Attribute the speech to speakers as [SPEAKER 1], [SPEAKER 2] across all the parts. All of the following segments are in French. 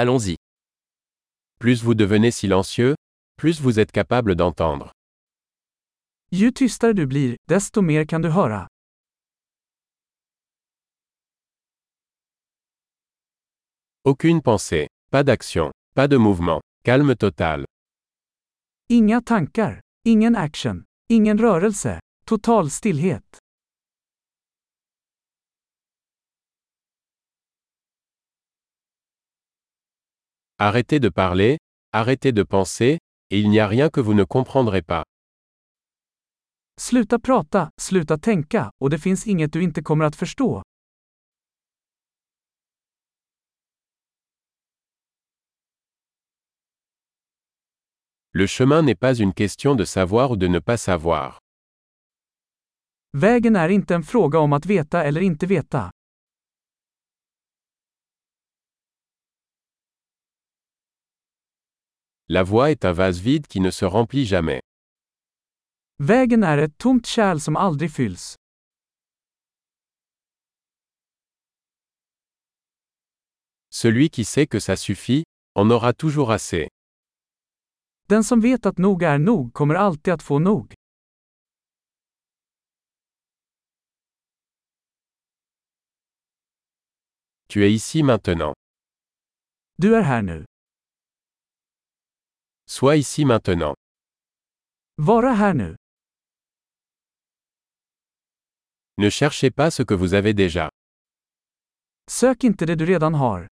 [SPEAKER 1] Allons-y. Plus vous devenez silencieux, plus vous êtes capable d'entendre.
[SPEAKER 2] Ju tystare du blir, desto mer kan du höra.
[SPEAKER 1] Aucune pensée, pas d'action, pas de mouvement, calme total.
[SPEAKER 2] Inga tankar, ingen action, ingen rörelse, total stillhet.
[SPEAKER 1] Arrêtez de parler, arrêtez de penser, et il n'y a rien que vous ne comprendrez pas.
[SPEAKER 2] Sluta prata, sluta tänka, och det finns inget du inte kommer att förstå.
[SPEAKER 1] Le chemin n'est pas une question de savoir ou de ne pas savoir.
[SPEAKER 2] Vägen är inte en fråga om att veta eller inte veta.
[SPEAKER 1] La voie est un vase vide qui ne se remplit jamais.
[SPEAKER 2] Vägen är ett tomt kärl som aldrig fylls.
[SPEAKER 1] Celui qui sait que ça suffit, en aura toujours assez.
[SPEAKER 2] Den som vet att nog är nog kommer alltid att få nog.
[SPEAKER 1] Tu es ici maintenant.
[SPEAKER 2] Du är här nu.
[SPEAKER 1] Sois ici maintenant.
[SPEAKER 2] Vara här nu.
[SPEAKER 1] Ne cherchez pas ce que vous avez déjà.
[SPEAKER 2] Sök inte det du redan har.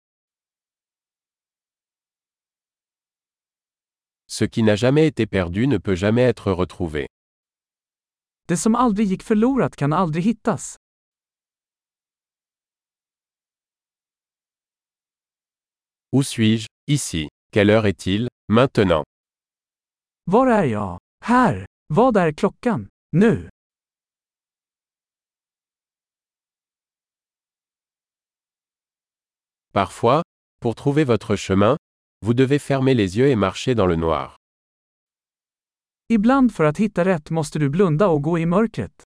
[SPEAKER 1] Ce qui n'a jamais été perdu ne peut jamais être retrouvé.
[SPEAKER 2] Det som aldrig gick förlorat kan aldrig hittas.
[SPEAKER 1] Où suis-je Ici. Quelle heure est-il Maintenant.
[SPEAKER 2] Var är jag? Här. Vad är klockan? Nu.
[SPEAKER 1] Parfois, pour trouver votre chemin, vous devez fermer les yeux et marcher dans le noir.
[SPEAKER 2] Ibland för att hitta rätt måste du blunda och gå i mörkret.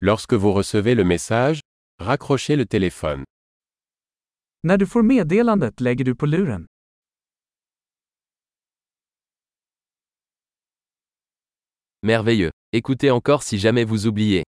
[SPEAKER 1] Lorsque vous recevez le message, raccrochez le téléphone.
[SPEAKER 2] När du får meddelandet lägger du på luren.
[SPEAKER 3] Merveilleux. Écoutez encore si jamais vous oubliez.